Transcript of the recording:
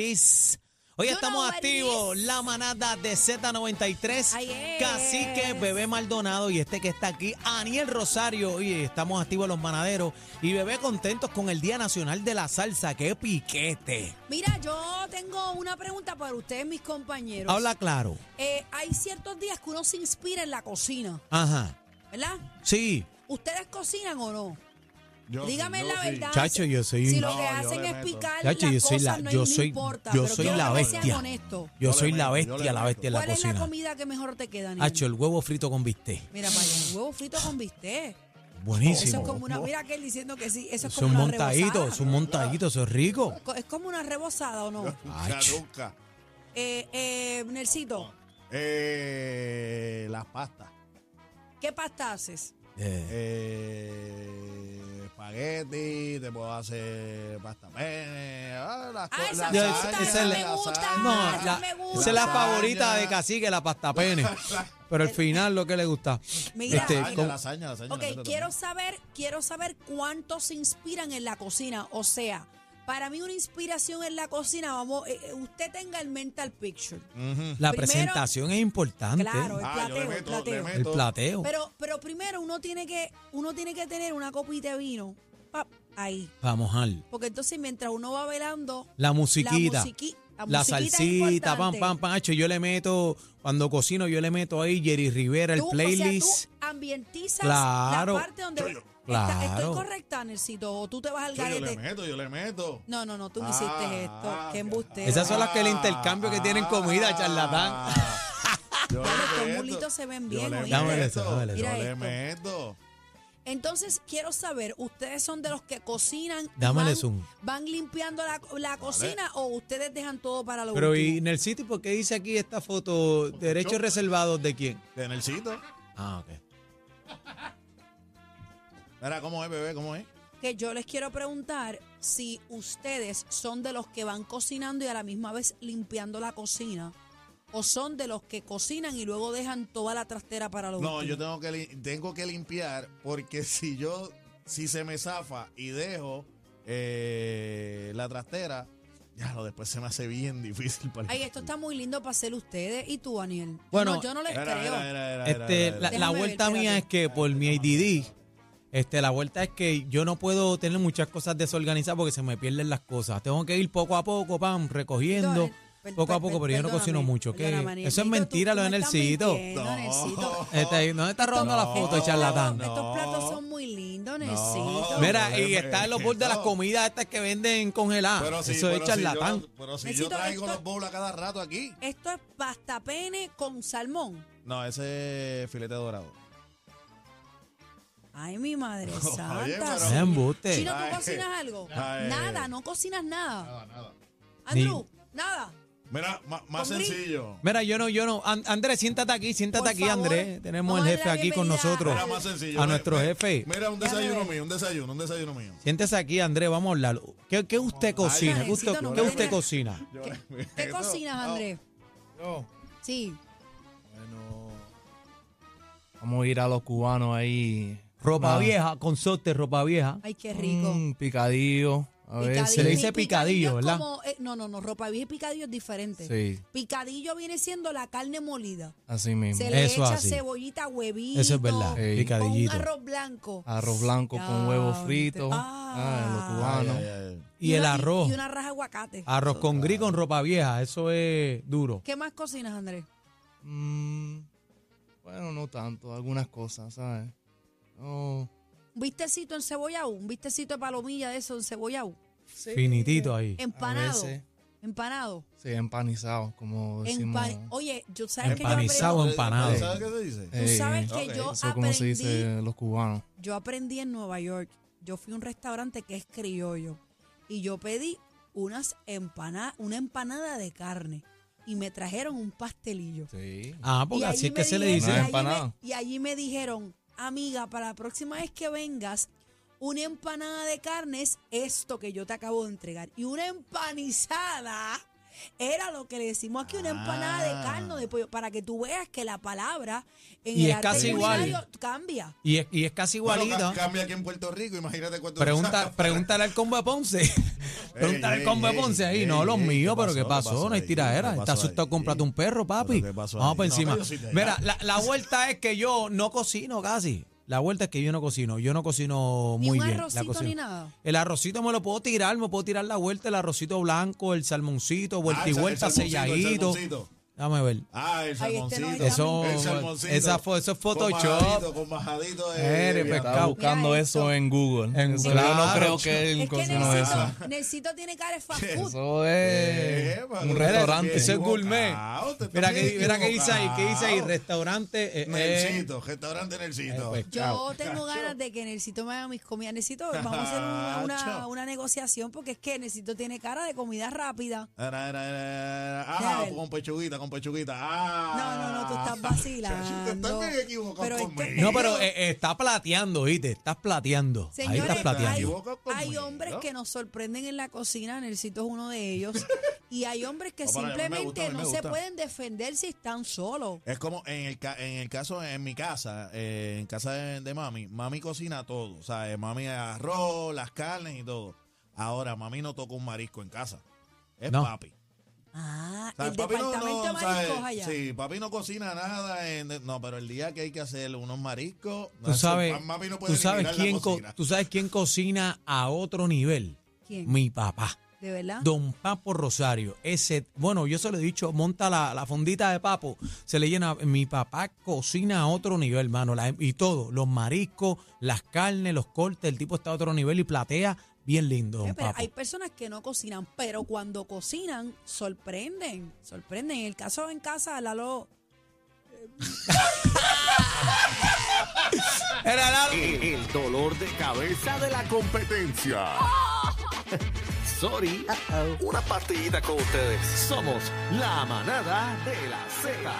Liz. Hoy You know estamos what, activos, Liz? la manada de Z93, Ay, es. Cacique, Bebé Maldonado y este que está aquí, Aniel Rosario. Oye, estamos activos los manaderos y Bebé contentos con el Día Nacional de la Salsa. ¡Qué piquete! Mira, yo tengo una pregunta para ustedes, mis compañeros. Habla claro. Eh, hay ciertos días que uno se inspira en la cocina, Ajá. ¿verdad? Sí. ¿Ustedes cocinan o no? Yo Dígame sí, yo la sí. verdad. Chacho, yo soy Si un- lo que No, yo hacen le es meto. picar Chacho, las yo soy la- cosas, no, yo no soy- importa. yo pero soy quiero la que sean bestia. Yo honestos. Yo soy le la meto, yo le bestia, la meto. bestia en la ¿Cuál es la cocina. comida que mejor te queda, Daniel? Hacho, el huevo frito con bistec. Mira, para allá, huevo frito con bistec. Eso es Buenísimo. como una... Mira aquel diciendo que sí, eso es Son como una montaditos, rebozada. son montaditos, eso es rico. Co- Es como una rebozada, ¿o no? Nunca, Ach. nunca. Eh, eh, Nelsito, Eh, las pastas. ¿qué pasta haces? Eh, Eh, espagueti, te puedo hacer pasta pene. Ah, las Ah, co- esa lasaña, pasta, esa- esa es la- me gusta. lasaña. No, Ay, la- Ah, me gusta. esa es la Lasaña. favorita de Cacique, la pasta pene. Pero al final lo que le gusta. Mira, Este, Lasaña, con- lasaña, lasaña, Ok, lasaña. quiero saber, quiero saber cuántos se inspiran en la cocina. O sea, para mí una inspiración en la cocina, vamos, eh, eh, usted tenga el mental picture. La Primero- presentación es importante. Claro, el Ah, yo plateo, le el meto, le plateo. meto. El plateo. Pero, pero primero uno tiene que, uno tiene que tener una copita de vino. pap, ahí. Vamos al. Porque entonces mientras uno va velando, La musiquita. La, La musiqui- la musiquita es salsita, pam, importante. pam, pam. Hacho, yo le meto, cuando cocino, yo le meto ahí Jerry Rivera, el tú, playlist. O sea, tú ambientizas Claro. la parte donde... Yo- Está- Claro. estoy correcta, Nelsito, o tú te vas al Yo, yo le garete. meto, yo le meto. No, no, no, tú me Ah, Ah, hiciste esto. Qué embustero. Esas son las que el intercambio que tienen comida, charlatán. Yo Ya, los le meto. tomulitos se ven bien, Yo le oíste. Dámele eso, dámele eso. Yo Mira le esto. meto. Entonces, quiero saber, ¿ustedes son de los que cocinan? y Dámele van, zoom. ¿Van limpiando la, la cocina o ustedes dejan todo para lo Pero y último? en el sitio, ¿por qué dice aquí esta foto? ¿Derechos reservados de quién? De Nelsito. Ah, ok. Mira, ¿cómo es, bebé? ¿Cómo es? Que yo les quiero preguntar si ustedes son de los que van cocinando y a la misma vez limpiando la cocina. ¿O son de los que cocinan y luego dejan toda la trastera para lo No, último? yo tengo que, li- tengo que limpiar porque si yo, si se me zafa y dejo eh, la trastera, ya lo después se me hace bien difícil. Para Ay, esto está muy lindo para hacer ustedes y tú, Daniel. Bueno, no, yo no les Era, creo. era, era, era, era, Este, era, la, la era. Déjame ver, vuelta mía espérate. es que por mi ADD, este, la vuelta es que yo no puedo tener muchas cosas desorganizadas porque se me pierden las cosas. Tengo que ir poco a poco, pam, recogiendo. Perdón, eh, per- Poco a per- poco, pero yo no perdóname, cocino mucho. ¿qué? perdóname, Nelsito, Eso es tú- mentira, tú lo me en el estás sitio. mintiendo, No. Nelsito. Este, ahí, ¿Dónde está rodando la foto, Estos charlatán? platos- Estos platos son muy lindos, Nelsito. Mira, eh. No, y no, está en los no. bordes de las comidas estas que venden congeladas. Pero si- Ah, Eso es pero si charlatán. yo- pero si Necesito yo traigo esto- los bowls a cada rato aquí. Esto es pasta pene con salmón. No, ese es filete dorado. Ay, mi madre santa. Oye, pero- Es embuste. Chino, Ay. ¿tú cocinas algo? Ay. Nada, no cocinas nada. Nada, nada. Andrew, nada. Mira, ma- más Con gris. sencillo. Mira, yo no, yo no. An- Andrés, siéntate aquí, siéntate Por aquí, favor. Andrés. Tenemos Vamos a el jefe darle aquí con bienvenida nosotros. Mira, más sencillo. A Mira, nuestro mira, jefe. Mira, un Déjame desayuno ver. mío, un desayuno, un desayuno mío. Siéntese aquí, Andrés, vamos a hablar. ¿Qué, qué usted cocina? ¿Qué usted, Andresito, no qué me usted dejes. cocina? Yo le ¿Qué, meto- qué cocinas, Andrés? Yo, Sí. bueno, vamos a ir a los cubanos ahí. Ropa Una- vieja, consorte, ropa vieja. Ay, qué rico. Mm. Un picadillo. A Picadillo. ver, Se le dice Y picadillo, es ¿verdad? como- eh, no, no, no, ropa vieja y picadillo es diferente. Sí, Picadillo viene siendo la carne molida. así mismo. Se le Eso echa así. cebollita, huevito. Eso es verdad. Ey. Con un Picadillito. arroz blanco. Arroz blanco con huevo frito. Ah, Ah, los Ay, cubanos. ay, ay. Y el una- arroz. Y una raja de aguacate. Arroz con gris con ropa vieja, eso es duro. ¿Qué más cocinas, Andrés? Mm, bueno, no tanto, algunas cosas, ¿sabes? No, Un vistecito en cebolla un vistecito de palomilla de eso en cebolla Finitito ahí. Empanado. veces. Empanado. sí, empanizado, como decimos. Empa- Oye, yo sabes que yo Empanizado, aprendí, Todo empanado. ¿Sabes qué se dice? Eh, tú sabes que Ok, yo eh, Eso es como se aprendí, dice los cubanos. yo aprendí en Nueva York. Yo fui a un restaurante que es criollo y yo pedí unas empanadas, una empanada de carne y me trajeron un pastelillo. Sí. Ah, Y porque allí así es me que se le dijeron- dice. y allí Una empanada. me- Y allí me dijeron, amiga, para la próxima vez que vengas, una empanada de carne es esto que yo te acabo de entregar. Y una empanizada era lo que le decimos aquí, una empanada Ah. de carne o de pollo, para que tú veas que la palabra en Y el es arte casi igual. culinario cambia. Y es, y es casi Bueno, igualita. ca- cambia aquí en Puerto Rico, imagínate cuánto. Pregunta, pregúntale al combo de Ponce. pregúntale al ey, combo de ey, Ponce ahí. ey, no, los ey, míos, ¿qué pero ¿qué pasó? pasó? ¿Qué pasó no hay ahí? tiradera. ¿Qué Estás pasó asustado, ahí? cómprate un perro, papi. ¿Pero qué pasó Vamos ahí? para No, encima. pero yo soy de allá. Mira, la, la vuelta es que yo no cocino casi. La vuelta es que yo no cocino. Yo no cocino Ni muy un bien. la arrocito cocina. ni nada. El arrocito me lo puedo tirar, me puedo tirar la vuelta, el arrocito blanco, el salmoncito, vuelta y Ah, el sal- el vuelta, salmoncito, el selladito. salmoncito. Dame ver. Ah, el Ahí este no salmoncito. está Eso- El salmoncito. esa fo- eso es Con Photoshop. majadito, Con majadito de- Eres de- Eh, Estaba pescado. buscando Mira esto. eso en Google. En Eso Google. Yo no Claro. creo que él Es que cocinó eso. necesito, necesito tiene cara de fast food. Eso es Eh, pero un tú estás restaurante. bien Eso es gourmet. equivocado, te estás Mira que, bien mira que dice ahí, que dice ahí, equivocado. restaurante. eh, eh, Nercito, restaurante Nercito. Eh, pues. Yo tengo ganas de que Necesito me haga mis comidas. Necesito, vamos a hacer una, una- Chacho. una negociación porque es que Necesito tiene cara de comida rápida. Era, era, era, era. Ah, Dale. con pechuguita, con pechuguita. Ah. No, no, no, tú estás Chacho, te estás vacilando. bien equivocado Pero este es conmigo. que- no, pero eh, eh, está plateando, ¿viste? Estás plateando. ahí Señores, estás hay, plateando. Te equivocas conmigo. hay hombres que nos sorprenden en la cocina, Nelsito es uno de ellos, y hay hombres que No, pero a mí me simplemente gusta, a mí me no se gusta. pueden defender si están solos. Es como en el, ca- en el caso, en mi casa, eh, en casa de, de mami, mami cocina todo. O sea, eh, mami arroz, las carnes y todo. Ahora, mami no toca un marisco en casa. Es No. papi. Ah, O sea, el departamento de o sea, eh, mariscos allá. Sí, papi no cocina nada. en- no, pero el día que hay que hacer unos mariscos, Tú sabes, mami no puede tú ni sabes mirar la quién, co- cocina. tú sabes quién cocina a otro nivel. ¿Quién? Ah. Mi papá. ¿De verdad? Don Papo Rosario, ese, bueno, yo se lo he dicho, monta la, la fondita de papo, se le llena, mi papá cocina a otro nivel, mano, la- y todo, los mariscos, las carnes, los cortes, el tipo está a otro nivel y platea, bien lindo, Eh, don pero Papo. hay personas que no cocinan, pero cuando cocinan, sorprenden, sorprenden. En el caso en casa, Lalo... Era la- El, el dolor de cabeza de la competencia. Sorry. Una partidita con ustedes. Somos la manada de la Z.